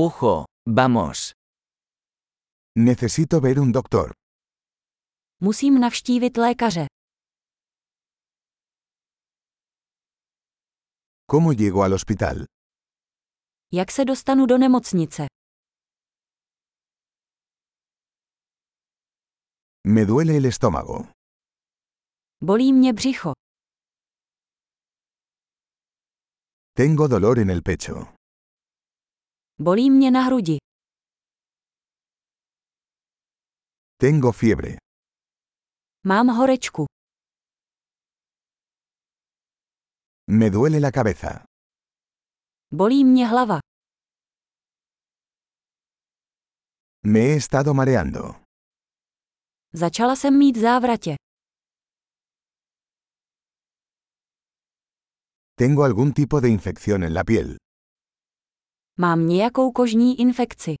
Ujo, vamos. Necesito ver un doctor. Musím navštívit lékaře. ¿Cómo llego al hospital? Jak se dostanu do nemocnice? Me duele el estómago. Bolí mě břicho. Tengo dolor en el pecho. Bolí mě na hrudi. Tengo fiebre. Mám horečku. Me duele la cabeza. Bolí mě hlava. Me he estado mareando. Začala jsem mít závratě. Tengo algún tipo de infección en la piel. Mám nějakou kožní infekci.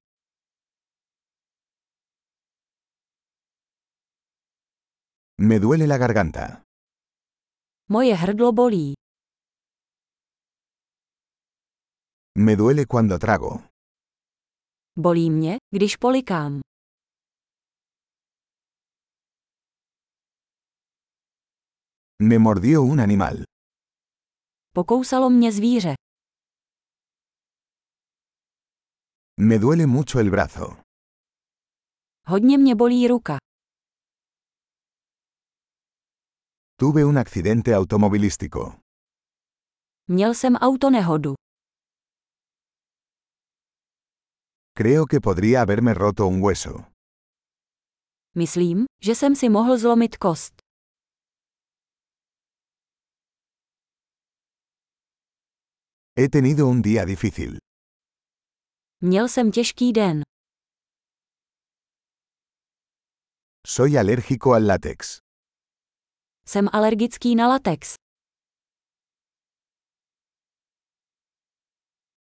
Me duele la garganta. Moje hrdlo bolí. Me duele cuando trago. Bolí mě, když polikám. Me mordió un animal. Pokousalo mě zvíře. Me duele mucho el brazo. Hodně mě bolí ruka. Tuve un accidente automovilístico. Měl jsem autonehodu. Creo que podría haberme roto un hueso. Myslím, že jsem si mohl zlomit kost. He tenido un día difícil. Měl jsem těžký den. Soy alérgico al látex. Jsem alergický na latex.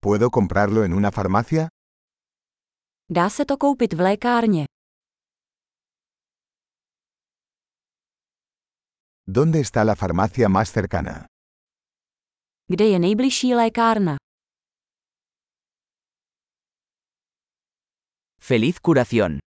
¿Puedo comprarlo en una farmacia? Dá se to koupit v lékárně. ¿Dónde está la farmacia más cercana? Kde je nejbližší lékárna? Feliz curación.